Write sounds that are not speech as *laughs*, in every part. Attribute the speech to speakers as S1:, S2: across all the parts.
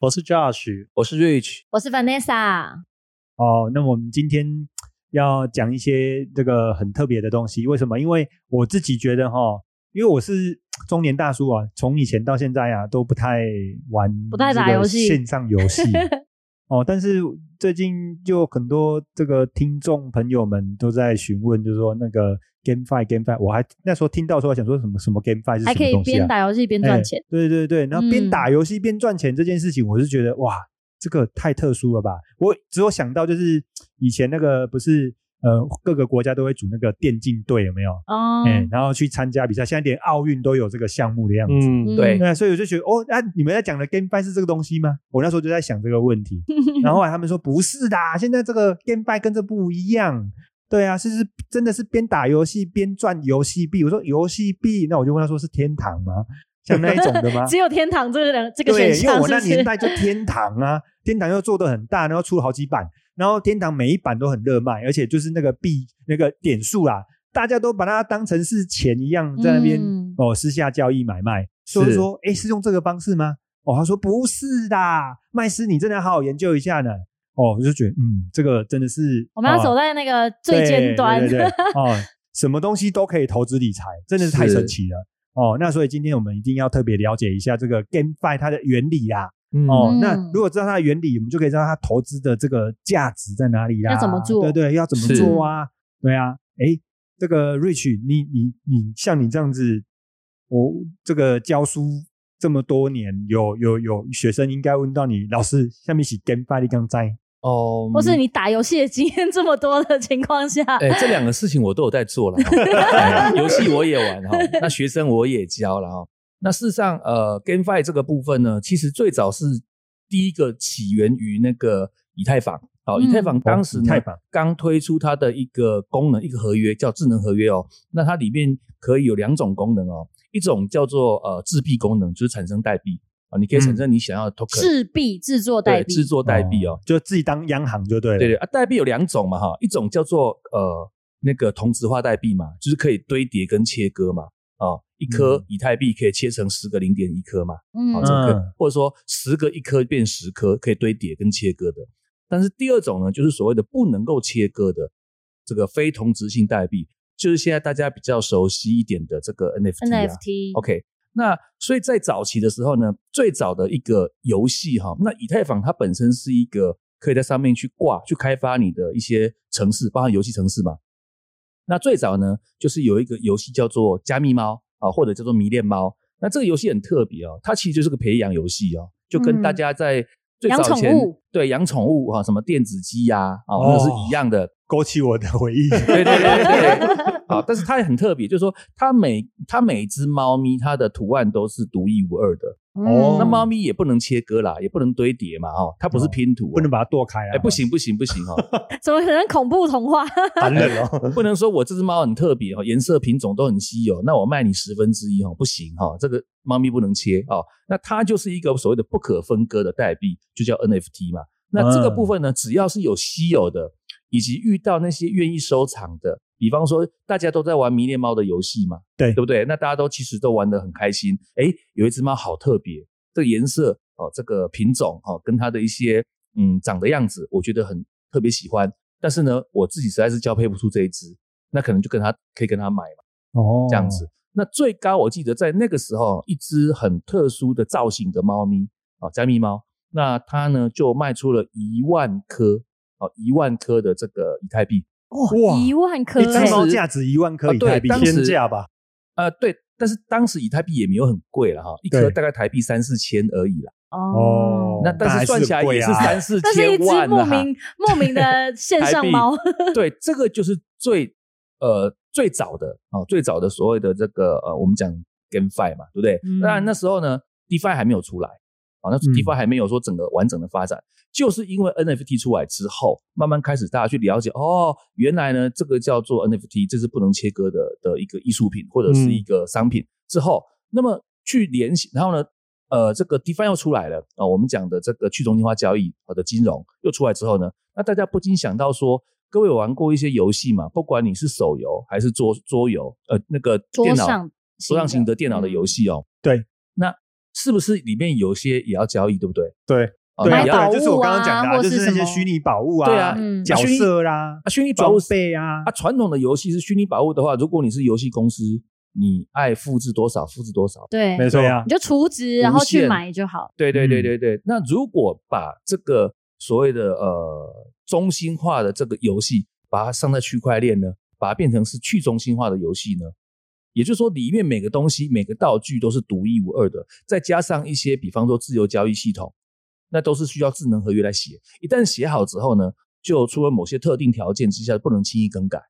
S1: 我是 Josh，
S2: 我是 Rich，
S3: 我是 Vanessa，
S4: 哦，那我们今天要讲一些这个很特别的东西，为什么？因为我自己觉得哈，因为我是中年大叔啊，从以前到现在啊，都不太玩，
S3: 不太打游戏
S4: 线上游
S3: *laughs*
S4: 戏。哦，但是最近就很多这个听众朋友们都在询问，就是说那个 GameFi GameFi，我还那时候听到的时候还想说什么什么 GameFi 是什
S3: 还
S4: 么
S3: 可以
S4: 东西
S3: 边
S4: 啊？
S3: 打游戏边赚钱。
S4: 哎对对对，然后边
S3: 嗯
S4: 打游戏边赚钱这件事情，我是觉得哇，这个太特殊了吧！我只有想到就是以前那个不是呃各个国家都会组那个电竞队有没有？
S3: 哦
S4: 哎、然后去参加比赛，现在连奥运都有这个项目的样子。
S1: 嗯，
S2: 对
S4: 对、所以我就觉得哦，那、你们在讲的 GameFi 是这个东西吗？我那时候就在想这个问题，
S3: *laughs*？
S4: 然后后来他们说不是的，啊现在这个 GameFi 跟这不一样。对啊，是是，真的是边打游戏边赚游戏币。我说游戏币，那我就问他说是天堂吗？像那一种的吗
S3: 只有天堂这个 *laughs* 人这个选
S4: 对，因为
S3: 项，
S4: 我
S3: 是
S4: 那
S3: 不是
S4: 年？代就天堂啊，天堂又做的很大，然后出了好几版，然后天堂每一版都很热卖，而且就是那个币那个点数啦，大家都把它当成是钱一样在那边、
S3: 嗯
S4: 哦私下交易买卖。所以我
S2: 是
S4: 说，哎，是用这个方式吗？哦，他说不是的，麦斯，你真的要好好研究一下呢。哦，我就觉得，嗯，这个真的是
S3: 我们要
S4: 啊
S3: 走在那个最
S4: 对
S3: 尖端。
S4: 对对
S3: *laughs*
S4: 对哦，什么东西都可以投资理财，真的是太
S2: 是
S4: 神奇了。哦，那所以今天我们一定要特别了解一下这个 GameFi 它的原理啦。哦，
S3: 嗯
S4: 那如果知道它的原理，我们就可以知道它投资的这个价值在哪里啦。
S3: 要怎么做
S4: 对对，要怎么
S2: 是
S4: 做啊？对啊，诶，这个 Rich，你你你像你这样子，我这个教书这么多年，有有有学生应该问到你，老师下面是 GameFi 你刚在
S2: 哦，
S3: 或是你打游戏的经验这么多的情
S4: *laughs*
S3: 况下，
S2: 哎，这两个事情我都有在做了，
S3: *laughs*
S2: 哎游戏我也玩哈，那学生我也教了哈。那事实上，呃，GameFi 这个部分呢，其实最早是第一个起源于那个以太坊。哦，
S3: 嗯
S2: 以太坊当时
S4: 以
S2: 呢
S4: 太坊
S2: 刚推出它的一个功能，一个合约叫智能合约哦。那它里面可以有两种功能哦，一种叫做呃制币功能，就是产生代币啊、你可以产生你想要的 token，、
S3: 嗯制币制作代
S2: 对，
S3: 币，
S2: 制作代币哦
S4: 就自己当央行就对了。
S2: 对对啊，代币有两种嘛哈，一种叫做呃那个同质化代币嘛，就是可以堆叠跟切割嘛，哦，一颗
S4: 嗯
S2: 以太币可以切成十个零点一颗嘛，
S3: 嗯
S2: 哦，这个可以
S4: 嗯
S2: 或者说十个一颗变十颗，可以堆叠跟切割的。但是第二种呢，就是所谓的不能够切割的这个非同质性代币，就是现在大家比较熟悉一点的这个 NFT 啊
S3: NFT。
S2: OK，那所以在早期的时候呢，最早的一个游戏哈，那以太坊它本身是一个可以在上面去挂、去开发你的一些城市，包含游戏城市嘛。那最早呢，就是有一个游戏叫做加密猫啊，或者叫做迷恋猫。那这个游戏很特别哦，它其实就是个培养游戏哦，就跟大家在最早以前、
S3: 嗯养宠物
S2: 对养宠物啊，什么电子鸡呀啊，
S4: 哦
S2: 那是一样的。
S4: 勾起我的回
S2: *laughs*
S4: 忆。
S2: 对对对
S4: *laughs*
S2: 对对，啊，但是它也很特别，就是说它每它每一只猫咪它的图案都是独一无二的。
S3: 嗯
S4: 哦
S2: 那猫咪也不能切割啦，也不能堆叠嘛，哦，它不是拼图哦、
S4: 不能把它剁开啊！
S2: 哎、不，行不行不行哦，
S3: 怎么可能恐怖童话？
S4: 寒冷哦。
S2: 不能说我这只猫很特别哦，颜色品种都很稀有，那我卖你十分之一哦，不行哦，这个猫咪不能切哦，那它就是一个所谓的不可分割的代币，就叫 NFT 嘛。那这个部分呢，只要是有稀有的，以及遇到那些愿意收藏的，比方说大家都在玩迷恋猫的游戏嘛，
S4: 对
S2: 对不对？那大家都其实都玩得很开心，哎，有一只猫好特别，这个颜色哦，这个品种哦，跟它的一些嗯长的样子，我觉得很特别喜欢。但是呢，我自己实在是交配不出这一只，那可能就跟它可以跟它买
S4: *laughs*
S2: 嘛，
S4: 哦
S2: 这样子。那最高我记得在那个时候，一只很特殊的造型的猫咪啊、哦，加密猫，那它呢就卖出了一万颗哦，一万颗的这个以太币。
S4: 哇
S3: 一万颗、
S4: 一只
S3: 哎
S4: 猫价值一万颗以太币，
S2: 啊对当时
S4: 吧？
S2: 呃，对，但是当时以太币也没有很贵了哈，一颗
S4: 对
S2: 大概台币三四千而已啦。
S3: 哦，
S2: 那但是算起来也是
S4: 那还
S2: 三四
S3: *laughs* 那是
S2: 千
S3: 一只
S4: 啊
S2: 万
S3: 莫
S2: 了哈。
S3: 名莫名的线上猫，
S2: 对，这个就是最呃最早的啊、哦最早的所谓的这个呃，我们讲 GameFi 嘛，对不对？
S3: 嗯
S2: 当然那时候呢，DeFi 还没有出来啊，那
S4: 嗯
S2: DeFi 还没有说整个完整的发展，就是因为 NFT 出来之后，慢慢开始大家去了解，哦，原来呢这个叫做 NFT，这是不能切割的的一个艺术品或者是一个商品之后，那么去联系，然后呢，呃，这个 DeFi 又出来了啊、我们讲的这个去中心化交易好的金融又出来之后呢，那大家不禁想到说。各位有玩过一些游戏嘛？不管你是手游还是桌桌游，呃，那个
S3: 桌
S2: 电脑
S3: 上
S2: 桌上型的电脑的游戏
S4: 嗯
S2: 哦。
S4: 对，
S2: 那是不是里面有些也要交易，对不对？
S4: 对
S2: 哦，
S4: 对
S2: 那
S4: 啊，
S2: 也
S3: 买
S2: 要
S3: 宝
S4: 对，就是我刚刚讲的啊，
S3: 物啊
S4: 就是那
S3: 或是什
S4: 些
S3: 么
S4: 虚拟宝物啊，
S2: 对啊
S3: 嗯
S4: 角色啦
S2: 啊，虚拟宝
S4: 装
S2: 物
S4: 备啊
S2: 啊，，传统的游戏是虚拟宝物的话，如果你是游戏公司，你爱复制多少复制多少。
S3: 对，
S4: 没错啊呀
S3: 你，就储值，然后去买就好。
S2: 对
S4: 嗯
S2: 对对对对。那如果把这个所谓的呃中心化的这个游戏，把它上在区块链呢，把它变成是去中心化的游戏呢？也就是说，里面每个东西、每个道具都是独一无二的，再加上一些，比方说自由交易系统，那都是需要智能合约来写。一旦写好之后呢，就除了某些特定条件之下，不能轻易更改，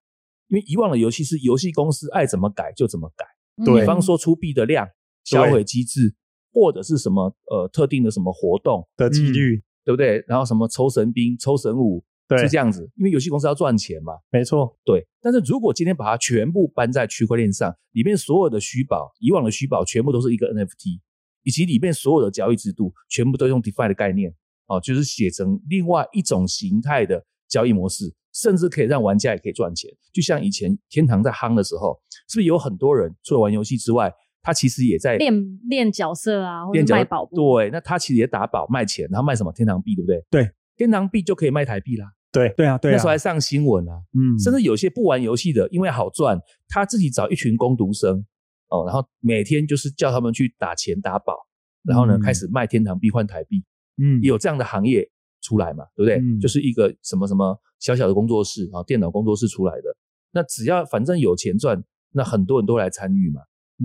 S2: 因为以往的游戏是游戏公司爱怎么改就怎么改。
S3: 嗯
S4: 对
S2: 比方说出币的量、销毁机制，或者是什么呃特定的什么活动，
S4: 的几率，
S2: 对不对？然后什么抽神兵、抽神武
S4: 对，
S2: 是这样子，因为游戏公司要赚钱嘛，
S4: 没错，
S2: 对。但是如果今天把它全部搬在区块链上，里面所有的虚宝、以往的虚宝全部都是一个 NFT，以及里面所有的交易制度全部都用 DeFi 的概念哦，就是写成另外一种形态的交易模式，甚至可以让玩家也可以赚钱。就像以前天堂在夯的时候，是不是有很多人除了玩游戏之外，他其实也在
S3: 练练角色啊，或
S2: 练
S3: 者
S2: 脚
S3: 卖宝物。
S2: 对，那他其实也打宝卖钱，然后卖什么天堂币，对不对？
S4: 对，
S2: 天堂币就可以卖台币啦。
S4: 对对啊，对
S2: 那
S4: 啊
S2: 时候，还上新闻啊，
S4: 嗯
S2: 甚至有些不玩游戏的，因为好赚，他自己找一群工读生哦，然后每天就是叫他们去打钱打宝，然后呢、
S4: 嗯
S2: 开始卖天堂币换台币，
S4: 嗯
S2: 也有这样的行业出来嘛，对不对？
S4: 嗯
S2: 就是一个什么什么小小的工作室啊、电脑工作室出来的。那只要反正有钱赚，那很多人都来参与嘛，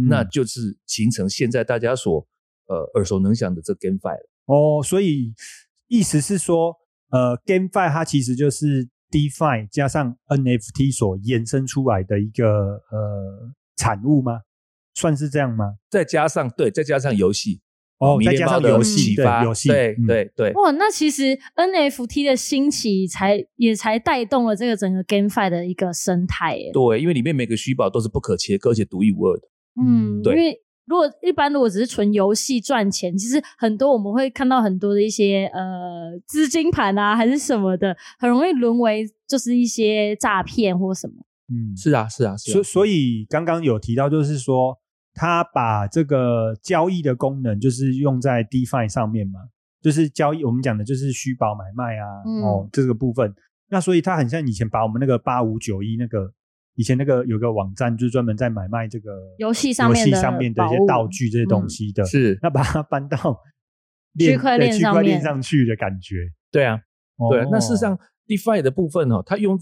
S2: 那
S4: 嗯
S2: 就是形成现在大家所呃耳熟能详的这 GameFi 了。
S4: 哦，所以意思是说，呃，GameFi 它其实就是 DeFi 加上 NFT 所延伸出来的一个呃产物吗？算是这样吗？
S2: 再加上对，再加上游戏
S4: 哦
S2: 迷
S4: 再
S2: 恋
S4: 加
S2: 猫
S4: 上
S2: 的
S4: 游戏，
S2: 启
S4: 对
S2: 发
S4: 游戏，
S2: 对
S4: 嗯，
S2: 对对，
S3: 哇，那其实 NFT 的兴起才也才带动了这个整个 GameFi 的一个生态耶。
S2: 对，因为里面每个虚宝都是不可切割而且独一无二的。
S3: 嗯，
S2: 对
S3: 因为如果一般如果只是纯游戏赚钱，其实很多我们会看到很多的一些呃资金盘啊，还是什么的，很容易沦为就是一些诈骗或什么。
S4: 嗯，
S2: 是啊，是啊，是啊。
S4: 所所以刚刚有提到，就是说他把这个交易的功能，就是用在 DeFi 上面嘛，就是交易我们讲的就是虚宝买卖啊，
S3: 嗯
S4: 哦这个部分。那所以它很像以前把我们那个八五九一那个以前那个有个网站，就是专门在买卖这个
S3: 游戏上面
S4: 游戏
S3: 的
S4: 上面的一
S3: 宝
S4: 些
S3: 物
S4: 道具这些东
S3: 嗯
S4: 西的，
S2: 是，
S4: 那把它搬到
S3: *laughs* 区块
S4: 对
S3: 链
S4: 区
S3: 上
S4: 块链
S3: 面
S4: 上去的感觉。
S2: 对啊，对啊。那事实
S4: 哦
S2: 上，DeFi 的部分哦，它用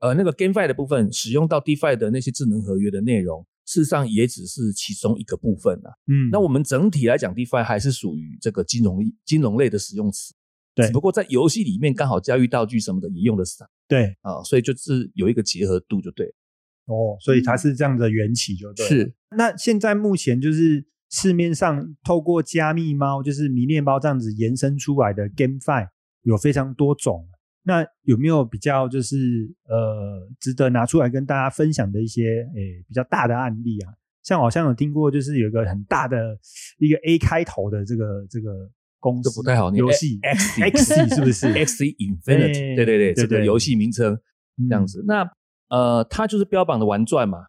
S2: 呃那个 GameFi 的部分使用到 DeFi 的那些智能合约的内容，事实上也只是其中一个部分啊。
S4: 嗯，
S2: 那我们整体来讲，DeFi 还是属于这个金融金融类的使用词。
S4: 对
S2: 只不过在游戏里面刚好交易道具什么的也用得上
S4: 对
S2: 啊，所以就是有一个结合度就对了。
S4: 哦，所
S3: 嗯
S4: 以它是这样的缘起，就对了。啊
S2: 是
S4: 那现在目前就是市面上透过加密猫，就是迷恋猫这样子延伸出来的 GameFi 有非常多种。那有没有比较就是呃值得拿出来跟大家分享的一些诶、比较大的案例啊？像好像有听过，就是有一个很大的一个 A 开头的这个这个公司，
S2: 这不太好念
S4: 游戏
S2: X
S4: X 是不是
S2: *laughs* X Infinity，
S4: 哎
S2: 对对对，
S4: 对
S2: 这个
S4: 对
S2: 游戏名称
S4: 嗯
S2: 这样？子。那呃，它就是标榜的玩转嘛，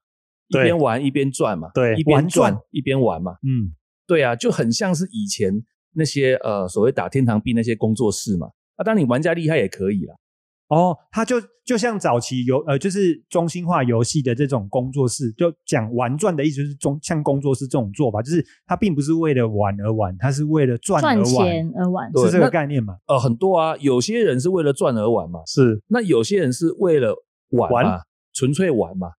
S2: 一
S4: 对
S2: 边玩一边赚嘛，
S4: 对
S2: 一边
S4: 玩转
S2: 赚一边玩嘛，
S4: 嗯
S2: 对啊，就很像是以前那些呃所谓打天堂币那些工作室嘛。啊，当你玩家厉害也可以啦，
S4: 哦，它就就像早期游呃，就是中心化游戏的这种工作室，就讲玩转的意思就是中像工作室这种做法，就是它并不是为了玩而玩，它是为了赚而
S3: 赚
S4: 玩，
S3: 钱而玩，
S2: 对
S4: 是这个
S2: 那
S4: 概念嘛？
S2: 呃，很多啊，有些人是为了赚而玩嘛，
S4: 是，
S2: 那有些人是为了玩嘛，
S4: 玩
S2: 纯粹玩嘛，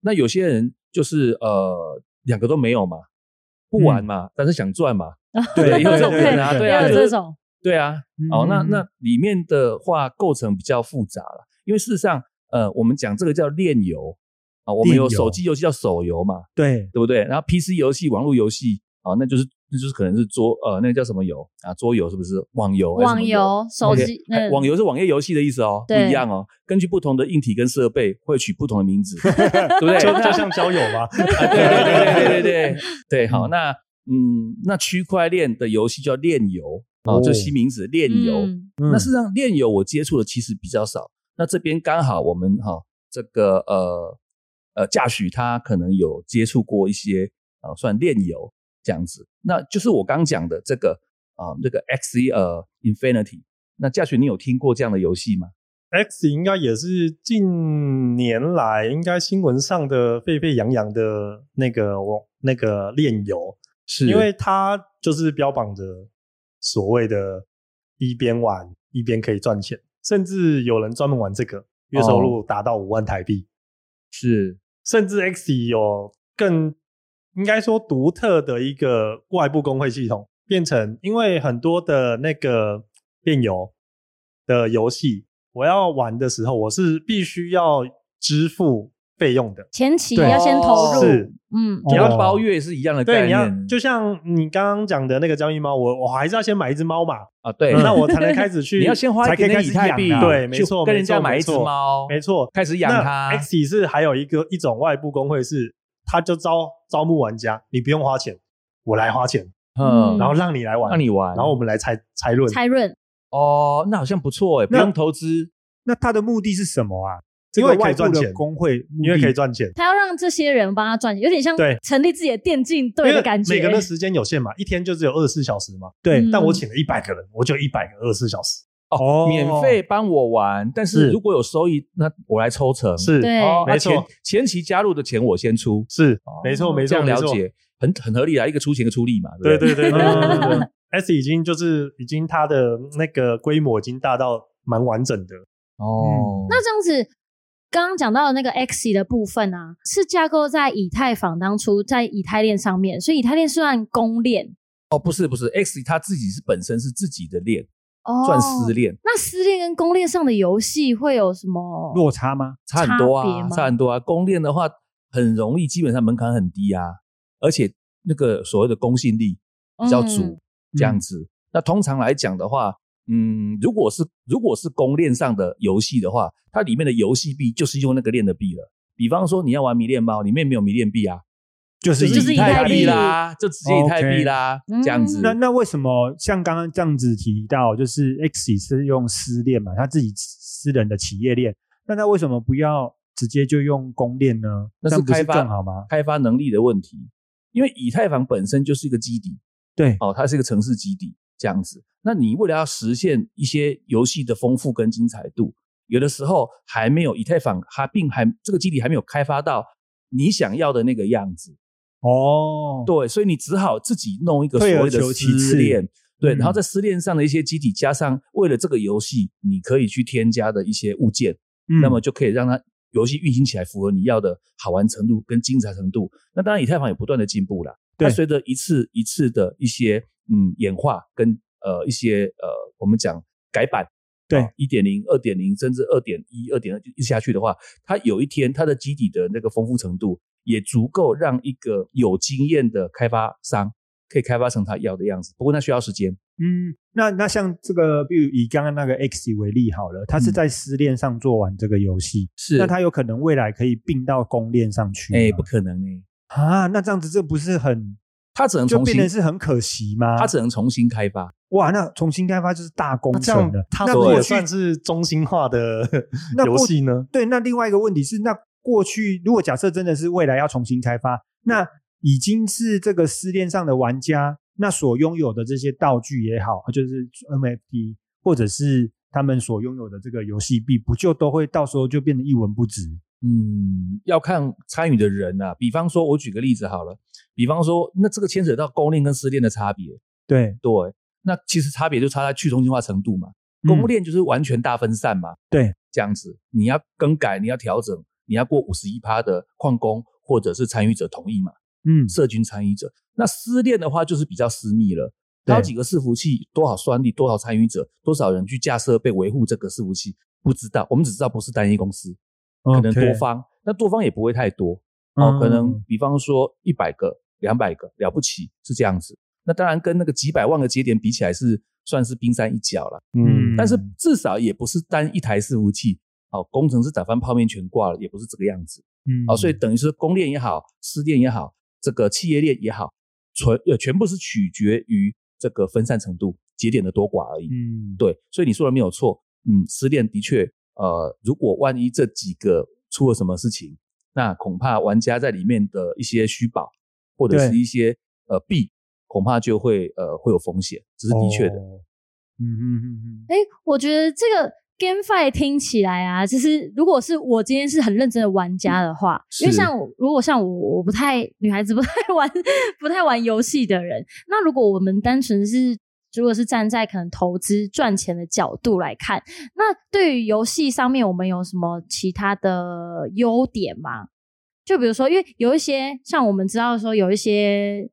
S2: 那有些人就是呃两个都没有嘛，不
S4: 嗯
S2: 玩嘛，但是想赚嘛，
S4: *laughs* 对，
S2: 有这种
S4: 对
S2: 人啊，
S4: 对
S2: 对
S3: 也
S2: 啊，
S3: 有
S2: 就
S3: 这
S2: 是
S3: 种。
S2: 对啊，哦，那
S4: 嗯
S2: 那里面的话构成比较复杂了，因为事实上，呃，我们讲这个叫链游啊，我们
S4: 链
S2: 有
S4: 游
S2: 手机游戏叫手游嘛，
S4: 对
S2: 对不对？然后 PC 游戏、网络游戏啊，那就是那就是可能是桌呃那个叫什么游啊？桌游是不是？网游还是什么
S3: 网游、手
S2: OK，
S3: 机、
S2: 哎
S3: 嗯
S2: 网游是网页游戏的意思哦，不
S3: 对
S2: 一样哦。根据不同的硬体跟设备，会取不同的
S1: *laughs*
S2: 名字，对不对？
S1: *laughs* 就就像交友嘛，
S2: 啊对对对对对
S1: *laughs*
S2: 对对，好，那嗯，那区块链的游戏叫链游哦，
S1: 哦
S2: 就新名字链游。
S3: 嗯
S4: *laughs* 嗯
S2: 那事实上，链游我接触的其实比较少。那这边刚好我们哈、这个呃呃，驾许他可能有接触过一些呃，算链游这样子。那就是我刚讲的这个啊、这个 X 呃 Infinity。那驾许你有听过这样的游戏吗？
S1: X 应该也是近年来应该新闻上的沸沸扬扬的那个我那个炼油，
S2: 是
S1: 因为它就是标榜着所谓的一边玩一边可以赚钱，甚至有人专门玩这个，月收入达到五万台币，
S2: 是
S1: 甚至 X 有更应该说独特的一个外部工会系统，变成因为很多的那个炼油的游戏，我要玩的时候，我是必须要支付费用的。
S3: 前期
S1: 对啊
S3: 要先投入，
S1: 是，
S3: 嗯，
S2: 你
S1: 哦
S2: 要包月是一样的
S1: *laughs* 对，
S2: 概
S1: 你要
S2: 念，
S1: 就像你刚刚讲的那个交易猫，我我还是要先买一只猫嘛，
S2: 啊对，
S1: 那我才能
S2: *laughs*
S1: 开始去，
S2: 你要先花
S1: 才
S2: 一
S1: 可以
S2: 点
S1: 开
S2: 点
S1: 始
S2: 以太
S1: 养
S2: 币，
S1: 啊对，没
S2: 去
S1: 错，
S2: 跟
S1: 没
S2: 人家
S1: 错
S2: 买一只，猫，
S1: 没错没错，
S2: 开始养
S1: 那
S2: 它。
S1: X 是还有一个一种外部工会是，他就招招募玩家，你不用花钱，我来花钱，
S2: 嗯，
S3: 嗯
S1: 然后让你来玩，
S2: 让你玩，
S1: 然后我们来猜猜论。
S3: 猜论，
S2: 哦，那好像不错哎，不
S4: 那
S2: 用投资，
S4: 那他的目的是什么啊？
S1: 因为
S4: 这个
S1: 可以
S4: 外部
S1: 赚
S4: 的
S1: 钱
S4: 工会目的
S1: 因为可以赚钱，
S3: 他要让这些人帮他赚钱，有点像
S1: 对
S3: 成立自己的电竞队
S1: 因
S3: 的
S1: 为
S3: 感觉。
S1: 每个人的时间有限嘛，一天就只有二十四小时嘛。
S4: 对
S3: 嗯
S1: 但我请了一百个人，我就一百个二十四小时。
S4: 哦
S2: 免费帮我玩，但是
S1: 是
S2: 如果有收益，那我来抽成。
S1: 是，
S3: 对
S2: 哦，
S1: 没
S2: 啊
S1: 错
S2: 前前期加入的钱我先出，
S1: 是
S2: 哦，
S1: 没错，没
S2: 这
S1: 错，
S2: 样
S1: 没
S2: 了
S1: 错。
S2: 解，很很合理啊，一个出钱一个出力嘛，
S1: 对
S2: 对不对
S1: 对
S2: *laughs*
S1: 对对对对对 S 已经就是已经它的那个规模已经大到蛮完整的，嗯
S2: 哦，
S3: 那这样子，刚刚讲到的那个 X 的部分啊，是架构在以太坊当初在以太链上面，所以以太链算公链
S2: 哦不是不是，X 它自己是本身是自己的链，
S3: 哦
S2: 算私链，
S3: 那私链跟公链上的游戏会有什么？
S4: 落差吗？
S2: 差很多
S3: 差别
S2: 啊，
S3: 吗
S2: 差很多啊。公链的话很容易，基本上门槛很低啊，而且那个所谓的公信力比较足，
S3: 嗯
S2: 这样子。那通常来讲的话，嗯，如果是如果是公链上的游戏的话，它里面的游戏币就是用那个链的币了。比方说你要玩迷恋猫，里面没有迷恋币啊，
S4: 就是
S3: 就是
S2: 以
S3: 以太
S2: 太
S3: 币
S2: 币啦，就直接以太币啦
S3: OK 嗯
S2: 这样子。
S4: 那那为什么像刚刚这样子提到，就是 X 是用私链嘛，他自己私人的企业链，那他为什么不要直接就用公链呢？
S2: 那
S4: 这
S2: 是
S4: 样不
S2: 开
S4: 是
S2: 发
S4: 更好吗？
S2: 开发能力的问题，因为以太坊本身就是一个基底，
S4: 对，
S2: 哦，它是一个城市基底这样子。那你为了要实现一些游戏的丰富跟精彩度，有的时候还没有以太坊，它并还这个基底还没有开发到你想要的那个样子。
S4: 哦，
S2: 对，所以你只好自己弄一个所
S4: 退而
S2: 谓的
S4: 求其
S2: 私
S4: 次
S2: 链，对，
S4: 嗯
S2: 然后在私链上的一些基底，加上为了这个游戏，你可以去添加的一些物件，
S4: 嗯
S2: 那么就可以让它游戏运行起来符合你要的好玩程度跟精彩程度。那当然，以太坊也不断的进步啦。它
S4: 对
S2: 随着一次一次的一些嗯演化跟呃一些呃我们讲改版，啊
S4: 对
S2: 一点零、二点零甚至二点一、二点二一下去的话，它有一天它的基底的那个丰富程度也足够让一个有经验的开发商可以开发成他要的样子。不过那需要时间。
S4: 嗯，那那像这个，比如以刚刚那个 X 为例好了，他是
S2: 嗯
S4: 在私链上做完这个游戏，
S2: 是
S4: 那他有可能未来可以并到公链上去吗？
S2: 哎、不可能呢、
S4: 啊，那这样子这不是很
S2: 它只能
S4: 就
S2: 重
S4: 变
S2: 新
S4: 得，是很可惜吗？
S2: 它只能重新开发。
S4: 哇，那重新开发就是大工
S1: 那这
S4: 程
S1: 样
S4: 了。
S1: 它
S4: 那
S1: 如果
S4: 过
S1: 也
S4: 去
S1: 算是中心化 *laughs* 的
S4: 那
S1: 游
S4: 过
S1: 戏呢？
S4: 对，那另外一个问题是，那过去如果假设真的是未来要重新开发，那已经是这个私链上的玩家，那所拥有的这些道具也好，就是 NFT 或者是他们所拥有的这个游戏币，不就都会到时候就变得一文不值？
S2: 嗯，要看参与的人呐、比方说，我举个例子好了，比方说，那这个牵扯到公链跟私链的差别。
S4: 对，
S2: 对，那其实差别就差在去中心化程度嘛。
S4: 嗯
S2: 公链就是完全大分散嘛。
S4: 对，
S2: 这样子你要更改，你要调整，你要过五十一趴的矿工或者是参与者同意嘛，
S4: 嗯，
S2: 社群参与者。那私链的话就是比较私密了。它有
S4: 对
S2: 几个伺服器，多少算力，多少参与者，多少人去架设备维护这个伺服器，不知道。我们只知道不是单一公司，可能多
S4: OK，
S2: 方，那多方也不会太多
S4: 嗯
S2: 哦，可能比方说一百个、两百个了不起是这样子。那当然跟那个几百万个节点比起来是算是冰山一角了，
S4: 嗯
S2: 但是至少也不是单一台伺服器。哦，工程师打翻泡面全挂了，也不是这个样子。
S4: 嗯
S2: 哦，所以等于是供链也好，私链也好，这个企业链也好，全呃全部是取决于这个分散程度、节点的多寡而已。
S4: 嗯
S2: 对，所以你说的没有错，嗯，失恋的确，呃，如果万一这几个出了什么事情，那恐怕玩家在里面的一些虚宝或者是
S4: 对
S2: 一些呃币，恐怕就会呃会有风险，这是的确的。
S4: 哦嗯嗯嗯嗯
S3: 哎，我觉得这个 GameFi 听起来啊，就是如果是我今天是很认真的玩家的话，
S2: 是
S3: 因为像我如果像我，我不太女孩子不太 *laughs* 玩不太玩游戏的人，那如果我们单纯是如果是站在可能投资赚钱的角度来看，那对于游戏上面我们有什么其他的优点吗？就比如说，因为有一些像我们知道说有一些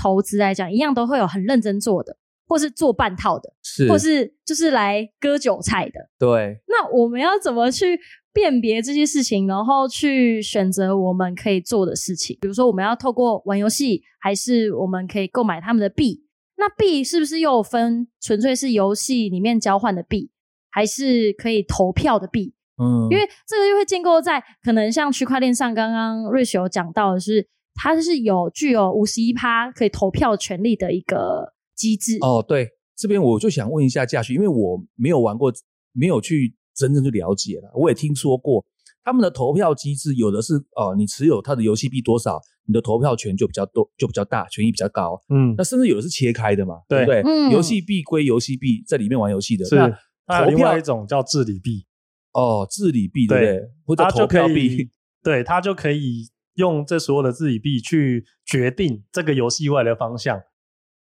S3: 投资来讲，一样都会有很认真做的，或是做半套的。
S2: 是
S3: 或是就是来割韭菜的。
S2: 对，
S3: 那我们要怎么去辨别这些事情，然后去选择我们可以做的事情？比如说，我们要透过玩游戏，还是我们可以购买他们的币？那币是不是又有分纯粹是游戏里面交换的币，还是可以投票的币？
S2: 嗯，
S3: 因为这个又会建构在可能像区块链上，刚刚瑞雪有讲到的是，它是有具有五十一趴可以投票权利的一个机制。
S2: 哦，对，这边我就想问一下驾训，因为我没有玩过，没有去真正去了解了。我也听说过他们的投票机制，有的是呃，你持有它的游戏币多少，你的投票权就比较多，就比较大，权益比较高。
S1: 嗯
S2: 那甚至有的是切开的嘛，对
S1: 对
S2: 不对？
S3: 嗯
S2: 游戏币归游戏币，在里面玩游戏的
S1: 是
S2: 那
S1: 它有
S2: 投
S1: 另
S2: 票
S1: 外一种叫治理币，
S2: 哦，治理币对不
S1: 对
S2: 对？或者
S1: 它
S2: 投
S1: 就
S2: 票
S1: 可
S2: 币
S1: 以， *laughs* 对，它就可以用这所有的治理币去决定这个游戏外的方向，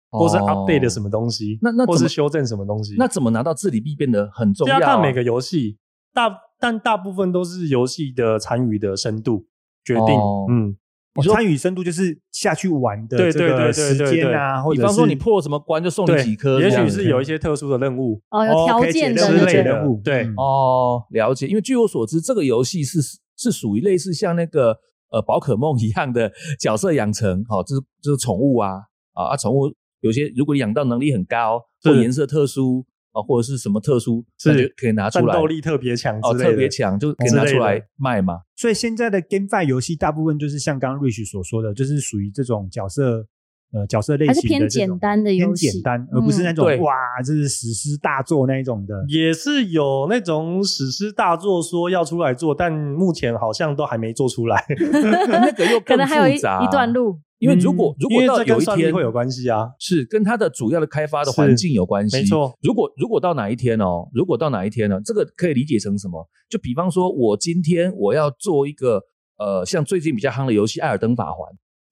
S1: 或是 update 的什
S2: 么？
S1: 么东西，
S2: 哦那那
S1: 或
S2: 怎么
S1: 是修正什么东西，
S2: 那怎么拿到治理币变得很重
S1: 就
S2: 要、
S1: 要
S2: 啊？
S1: 看每个游戏，大但大部分都是游戏的参与的深度决定
S2: 哦，
S1: 嗯，
S4: 哦参与深度就是下去玩的
S1: 对
S4: 这个
S1: 对对
S4: 时
S1: 对对
S4: 间啊，或
S2: 比
S4: 者
S2: 方说
S4: 是
S2: 你破了什么关，就送你
S1: 对
S2: 几颗，，
S1: 也
S2: 这样
S1: 许
S2: 子
S1: 是有一些特殊的任务，
S3: 哦，有
S4: 哦
S3: 条
S4: 可以解任
S3: 件的
S4: 务
S3: 那
S1: 之类
S3: 种
S1: 的
S4: 任务，
S1: 对
S4: 嗯
S2: 哦，了解。因为据我所知，这个游戏是是属于类似像那个呃宝可梦一样的角色养成，哦，就是就是宠物啊啊啊，宠物有些如果养到能力很高，或
S1: 是
S2: 颜色特殊啊，或者是什么特殊，
S1: 是
S2: 那就可以拿出
S1: 战
S2: 来
S1: 斗力特别强
S2: 哦，
S1: 之类的，
S2: 特别强就可以拿
S1: 之类
S2: 出
S1: 的
S2: 来卖嘛。
S1: *laughs*
S4: 所以现在的 GameFi 游戏大部分就是像刚刚 Rich 所说的，就是属于这种角色呃角色类
S3: 还
S4: 型
S3: 是
S4: 的
S3: 偏
S4: 这
S3: 简
S4: 种
S3: 单的游
S4: 偏
S3: 戏，
S4: 简单，而不是那
S3: 嗯
S4: 种
S2: 对
S4: 哇这是史诗大作那一种的。
S1: 也是有那种史诗大作说要出来做，但目前好像都还没做出来，
S2: 那个又
S3: 可
S2: 更
S3: 能还有一
S2: 复杂啊
S3: 一段。路。
S2: 因为如果、如
S1: 嗯因
S2: 果
S1: 为
S2: 到
S1: 这跟
S2: 有一
S1: 算力
S2: 天
S1: 会有关系
S2: *laughs*
S1: 啊，
S2: 是跟它的主要的开发的
S1: 是
S2: 环境有关系。
S1: 没错，
S2: 如果如果到哪一天哦，如果到哪一天呢，这个可以理解成什么？就比方说，我今天我要做一个呃，像最近比较夯的游戏《艾尔登法环》，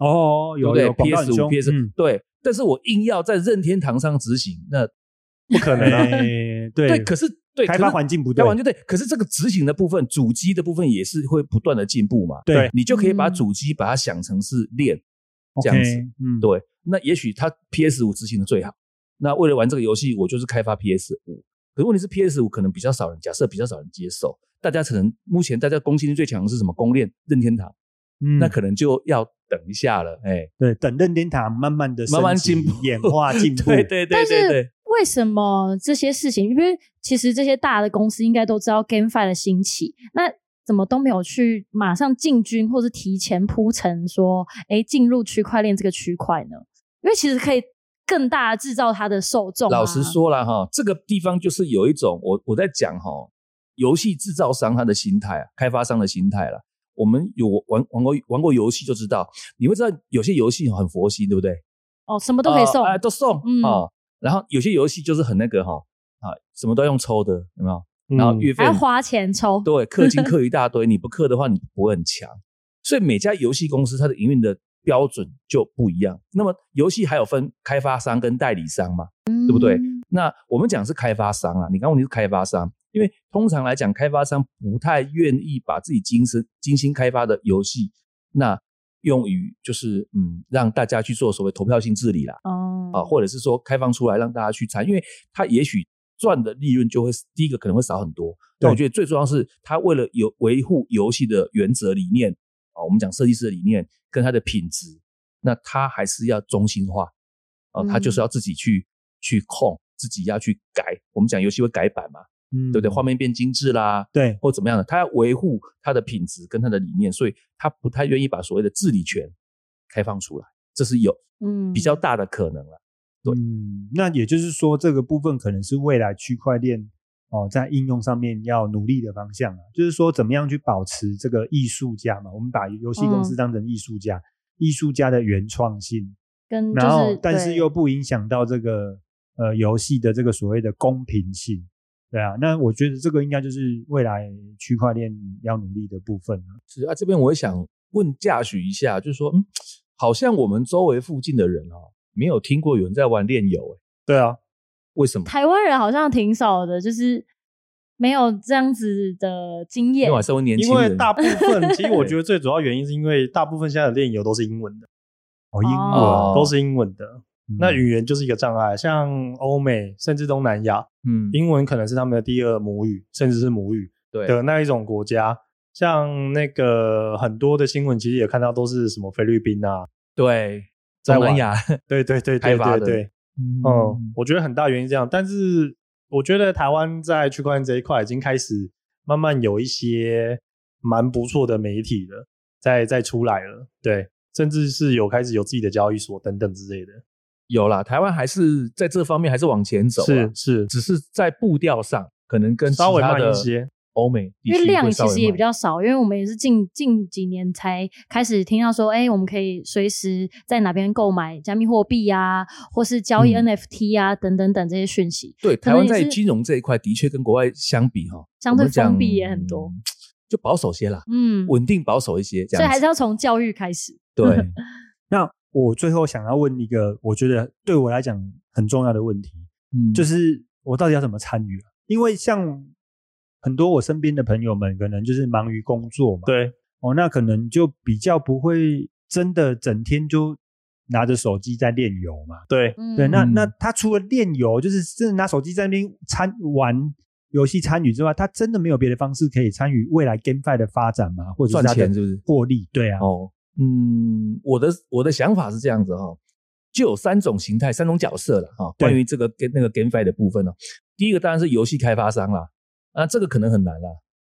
S4: 哦，
S2: 对不
S4: 有
S2: 对
S4: 有广告很
S2: ？PS 五、
S4: 凶
S2: PS
S4: 嗯
S2: 对，但是我硬要在任天堂上执行，那
S1: 不可能啊，
S2: *laughs*
S4: 哎
S2: 对，
S4: 对，
S2: 可是对
S4: 开
S2: 可
S4: 发
S2: 是
S4: 环境不
S2: 开
S4: 对
S2: 发，环境对，可是这个执行的部分，主机的部分也是会不断的进步嘛。
S4: 对
S2: 你就可以把
S3: 嗯
S2: 主机把它想成是链，这
S4: OK，
S2: 样子。
S4: 嗯，
S2: 对，那也许它 PS 五执行的最好。那为了玩这个游戏，我就是开发 PS 五。可是问题是 PS 五可能比较少人，假设比较少人接受，大家可能目前大家攻击力最强的是什么？攻链任天堂，
S4: 嗯，
S2: 那可能就要等一下了。哎，
S4: 对，等任天堂慢慢的
S2: 慢慢进步
S4: 演化进步，
S2: *laughs* 对对对
S3: 但
S2: 对
S3: 是
S2: 对，
S3: 为什么这些事情？因为其实这些大的公司应该都知道 GameFi 的兴起，那怎么都没有去马上进军，或是提前铺陈说，哎，进入区块链这个区块呢？因为其实可以更大地制造它的受众、啊。
S2: 老实，说了哈，这个地方就是有一种我我在讲哈，游戏制造商他的心态啊，开发商的心态了。我们有玩玩过玩过游戏就知道，你会知道有些游戏很佛心，对不对？
S3: 哦，什么都可以送。
S2: 啊、哎都送啊、
S3: 嗯
S2: 哦然后有些游戏就是很那个哈、啊，什么都要用抽的，有没有？
S1: 嗯
S2: 然后月费
S3: 还要花钱抽，
S2: 对氪金氪一大堆，你不氪的话你不会很强。所以每家游戏公司它的营运的标准就不一样。那么游戏还有分开发商跟代理商嘛？
S3: 对
S2: 不对那我们讲是开发商啊，你刚问题是开发商，因为通常来讲，开发商不太愿意把自己精深精心开发的游戏，那用于就是嗯，让大家去做所谓投票性治理啦。
S3: 哦、
S2: 啊，或者是说开放出来让大家去参，因为他也许赚的利润就会第一个可能会少很多。那我
S4: 对
S2: 觉得最重要是，他为了游维护游戏的原则理念啊，我们讲设计师的理念跟他的品质，那他还是要中心化。哦，他就是
S3: 嗯
S2: 要自己去去控，自己要去改。我们讲游戏会改版嘛，
S4: 嗯，
S2: 对不对？画面变精致啦，
S4: 对，
S2: 或怎么样的，他要维护他的品质跟他的理念，所以他不太愿意把所谓的治理权开放出来，这是有
S3: 嗯，
S2: 比较大的可能了。对
S4: 嗯，那也就是说，这个部分可能是未来区块链哦在应用上面要努力的方向啊，就是说怎么样去保持这个艺术家嘛，我们把游戏公司
S3: 嗯
S4: 当成艺术家，艺术家的原创性，
S3: 跟嗯就
S4: 然后
S3: 是，
S4: 但是
S3: 对
S4: 又不影响到这个呃游戏的这个所谓的公平性。对啊，那我觉得这个应该就是未来区块链要努力的部分啊。
S2: 是啊，这边我也想问嘉许一下，就是说，嗯，好像我们周围附近的人哦，没有听过有人在玩炼油、欸，
S1: 对啊，
S2: 为什么？
S3: 台湾人好像挺少的，就是没有这样子的经
S2: 因
S3: 验
S2: 为。我身为年
S1: 因
S2: 轻
S1: 为
S2: 人，
S1: 大部分其实我觉
S2: *laughs*
S1: 得最主要原因是因为大部分现在的炼油都是英文的，
S4: 哦，英文、
S3: 哦
S1: 都是英文的，
S4: 嗯
S1: 那语言就是一个障碍。像欧美甚至东南亚，
S2: 嗯，
S1: 英文可能是他们的第二母语，甚至是母语
S2: 对
S1: 的那一种国家。像那个很多的新闻，其实也看到都是什么菲律宾啊，
S2: 对，
S1: 在
S2: 东
S1: 玩
S2: 南亚， *laughs* 嗯
S1: 对对对
S2: 开
S1: 对
S2: 发
S1: 对
S2: 的
S1: 对，
S4: 嗯
S1: 哦、我觉得很大原因是这样，但是我觉得台湾在区块链这一块已经开始慢慢有一些蛮不错的媒体了，在在出来了，对，甚至是有开始有自己的交易所等等之类的，
S2: 有啦，台湾还是在这方面还是往前走、啊，
S1: 是是，
S2: 只是在步调上可能跟其
S1: 稍微
S2: 他
S1: 慢
S2: 的
S1: 一些，
S2: 欧美地区
S3: 因为
S2: 会
S3: 量
S2: 稍
S3: 其
S2: 微
S3: 实也
S2: 慢
S3: 比较少，因为我们也是近近几年才开始听到说，哎、我们可以随时在哪边购买加密货币呀，或是交易
S2: 嗯
S3: NFT 啊、等等等这些讯息。
S2: 对，
S3: 可
S2: 台湾
S3: 能也
S2: 在
S3: 是
S2: 金融这一块的确跟国外相比哈、
S3: 相
S2: 我
S3: 对
S2: 们讲
S3: 封闭也很多
S2: 嗯就保守些啦，
S3: 嗯，
S2: 稳定保守一些，这
S3: 所以
S2: 样
S3: 还
S2: 子
S3: 是要从教育开始。 *laughs*
S2: 对，
S4: 那我最后想要问一个，我觉得对我来讲很重要的问题，
S2: 嗯，
S4: 就是是我到底要怎么参与、啊？因为像很多我身边的朋友们，可能就是忙于工作嘛，
S1: 对，
S4: 哦，那可能就比较不会真的整天就拿着手机在炼油嘛。
S1: 对，
S3: 嗯，
S4: 对，那
S2: 嗯
S4: 那他除了炼油，就是真的拿手机在那边参玩游戏参与之外，他真的没有别的方式可以参与未来 GameFi 的发展吗？或者
S2: 赚
S4: 是它的
S2: 钱是不是？
S4: 获利？对啊，
S2: 哦，嗯，我的我的想法是这样子哈、哦，就有三种形态、三种角色了哈、哦。
S4: 对
S2: 关于这个跟那个 GameFi 的部分哦，第一个当然是游戏开发商啦，啊，这个可能很难啦，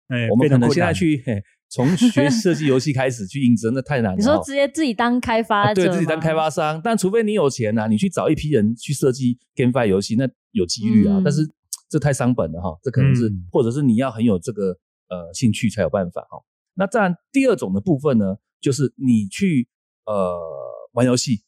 S4: 哎
S2: 我们
S4: 非
S2: 可
S4: 常
S2: 能
S4: 困
S2: 现在
S4: 难
S2: 去嘿从学设计游戏开始去应征，那太难了、哦。
S3: 你说直接自己当开发
S2: 啊
S3: 者、
S2: 对自己当开，发商，但除非你有钱呐、啊你去找一批人去设计 GameFi 游戏，那有几率啊，
S3: 嗯
S2: 但是这太伤本了哈，这可能是、
S4: 嗯
S2: 或者是你要很有这个呃兴趣才有办法哈。那当然，第二种的部分呢，就是你去呃玩游戏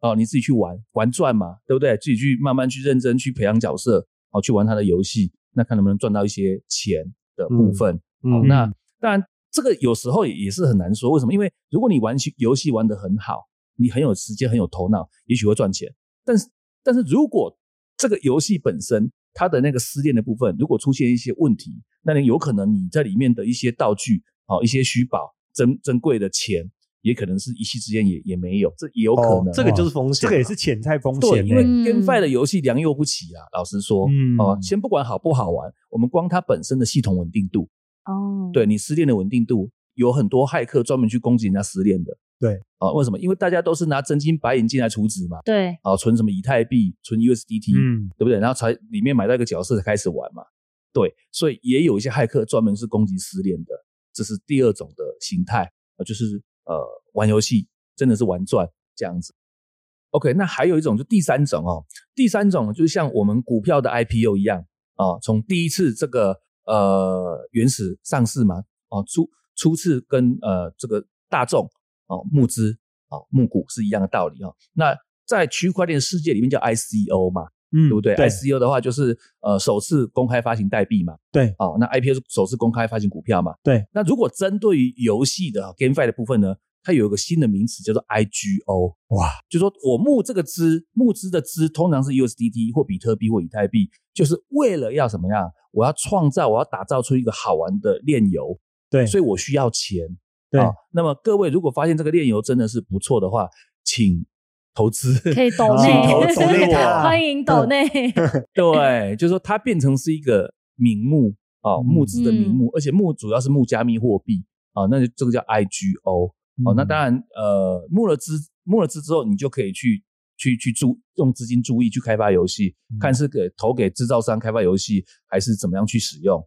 S2: 哦，你自己去玩玩转嘛，对不对？自己去慢慢去认真去培养角色，哦，去玩他的游戏，那看能不能赚到一些钱的部分。
S4: 哦
S2: 好、
S1: 嗯，
S2: 那当然这个有时候也是很难说，为什么？因为如果你玩起游戏玩得很好，你很有时间、很有头脑，也许会赚钱。但是，但是如果这个游戏本身它的那个失恋的部分，如果出现一些问题，那你有可能你在里面的一些道具、哦，一些虚宝、珍珍贵的钱，也可能是一夕之间也也没有，这也有可能。
S1: 哦这个
S2: 哦
S1: 就是风险
S4: 这
S1: 啊，
S4: 个也是潜在风
S2: 对，
S4: 险
S2: 因为
S4: 欸。
S3: 嗯
S2: GameFi E 的游戏良莠不齐啊，老实说，
S4: 嗯
S2: 哦，先不管好不好玩，我们光它本身的系统稳定度，
S3: 哦，，
S2: 对你失恋的稳定度，有很多骇客专门去攻击人家失恋的。
S4: 对，
S2: 啊、为什么？因为大家都是拿真金白银进来储值嘛，
S3: 对，
S2: 啊、存什么以太币，存 USDT，、
S4: 嗯，
S2: 对不对？然后才里面买到一个角色才开始玩嘛。对，所以也有一些骇客专门是攻击失恋的，这是第二种的形态，呃就是呃玩游戏真的是玩转这样子。OK，那还有一种就第三种哦，第三种就是像我们股票的 IPO 一样啊、哦从第一次这个呃原始上市嘛，哦初初次跟呃这个大众哦募资哦募股是一样的道理哦。那在区块链世界里面叫 ICO 嘛，
S4: 嗯，
S2: 对不对哎
S4: 对
S2: i c o 的话就是呃首次公开发行代币嘛，
S4: 对，
S2: 哦，那 IPO 是首次公开发行股票嘛，
S4: 对。
S2: 那如果针对于游戏的哦 GameFi 的部分呢，它有一个新的名词叫做 IGO，
S4: 哇，
S2: 就说我募这个资，募资的资通常是 USDT 或比特币或以太币，就是为了要什么样？我要创造，我要打造出一个好玩的炼油，
S4: 对
S2: 所以我需要钱。
S4: 对
S2: 啊那么各位如果发现这个炼油真的是不错的话，请投资。
S3: 可以抖
S4: 请
S3: 内，
S4: 投
S2: *laughs*
S4: 抖内他
S3: 欢迎抖内， *laughs*
S4: *laughs*
S2: 对，就是说它变成是一个名目哦，
S4: 嗯
S2: 募资的名目，而且募主要是募加密货币啊，那就哦
S4: 嗯
S2: 这个叫 IGO 哦。那当然，呃，募了资募了资之后，你就可以去去去注用资金注意去开发游戏，
S4: 嗯
S2: 看是给投给制造商开发游戏，还是怎么样去使用，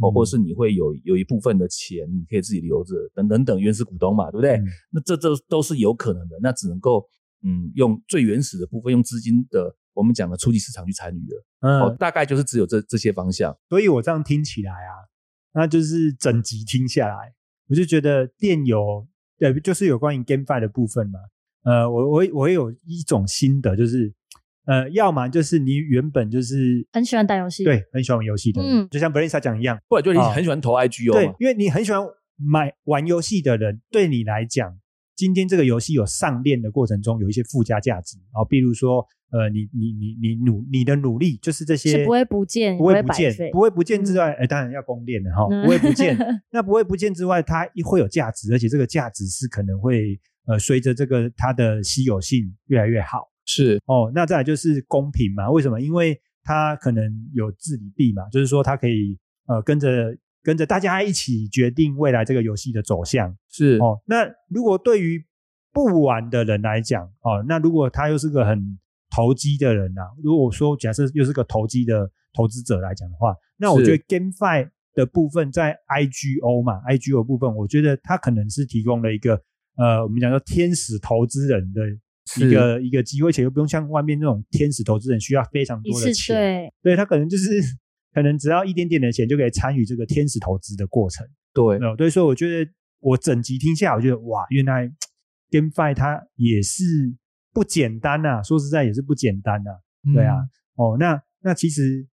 S2: 哦，
S4: 嗯
S2: 或者是你会有有一部分的钱你可以自己留着，等等等，原始股东嘛，对不对？
S4: 嗯
S2: 那这这都是有可能的，那只能够嗯用最原始的部分，用资金的我们讲的初级市场去参与了，哦
S4: 嗯，，
S2: 大概就是只有这这些方向。
S4: 所以我这样听起来啊，那就是整集听下来，我就觉得电游，呃，就是有关于 GameFi 的部分嘛。呃，我我我有一种心得，就是，呃，要么就是你原本就是
S3: 很喜欢打游戏，，
S4: 对很喜欢玩游戏的人，
S3: 嗯
S4: 就像 Belinda 讲一样，
S2: 不然就你
S4: 哦
S2: 很喜欢投 IGO
S4: 对
S2: 嘛，，
S4: 因为你很喜欢买玩游戏的人，对你来讲，今天这个游戏有上链的过程中有一些附加价值啊、哦，比如说，呃，你你你你努你的努力，就是这些
S3: 是不会不见，
S4: 不
S3: 会
S4: 会不
S3: 白
S4: 见
S3: 费，
S4: 不会不见之
S3: 嗯
S4: 外，哎、当然要供电的哈，
S3: 嗯
S4: 不会不
S3: *laughs*
S4: 见。那不会不见之外，它会有价值，而且这个价值是可能会呃随着这个它的稀有性越来越好
S2: 是
S4: 哦。那再来就是公平嘛，为什么？因为它可能有治理币嘛，就是说它可以呃跟着跟着大家一起决定未来这个游戏的走向。
S2: 是
S4: 哦，那如果对于不玩的人来讲，哦，那如果他又是个很投机的人啊，如果说假设又是个投机的投资者来讲的话，那我
S2: 是
S4: 觉得 GameFi 的部分在 IGO 嘛，IGO 的部分，我觉得它可能是提供了一个呃，我们讲说天使投资人的
S2: 是
S4: 一个一个机会，而且又不用像外面那种天使投资人需要非常
S3: 一
S4: 多的
S3: 次
S4: 钱，
S3: 对，
S4: 对他可能就是 *laughs* 可能只要一点点的钱就可以参与这个天使投资的过程。
S2: 对
S4: 没有，对，所以我觉得我整集听下来，我觉得哇，原来 GameFi 它也是不简单呐、说实在也是不简单呐、对啊，哦，那那其实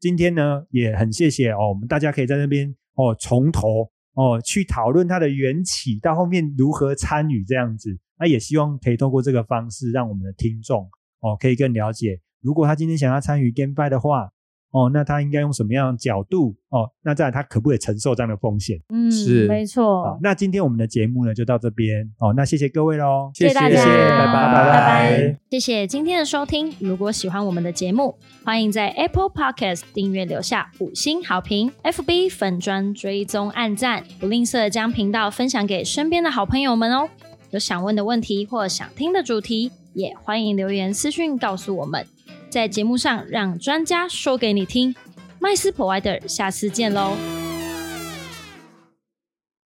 S4: 今天呢也很谢谢哦，我们大家可以在那边哦从头哦去讨论它的缘起，到后面如何参与这样子。那也希望可以透过这个方式，让我们的听众哦可以更了解，如果他今天想要参与 GameFi 的话。哦，那他应该用什么样的角度？哦，那再来他可不可以承受这样的风险？
S3: 嗯，
S2: 是
S3: 没
S4: 好
S3: 错，。
S4: 那今天我们的节目呢就到这边哦，那谢谢各位喽，
S3: 谢谢大
S2: 谢
S3: 家，
S2: 谢拜
S4: 拜
S3: 拜
S4: 拜
S3: 谢谢今天的收听。如果喜欢我们的节目，欢迎在 Apple Podcast 订阅留下五星好评，FB 粉砖追踪按赞，不吝啬将频道分享给身边的好朋友们哦。有想问的问题或想听的主题，也欢迎留言私讯告诉我们，在节目上让专家说给你听。麦斯 Provider，下次见喽，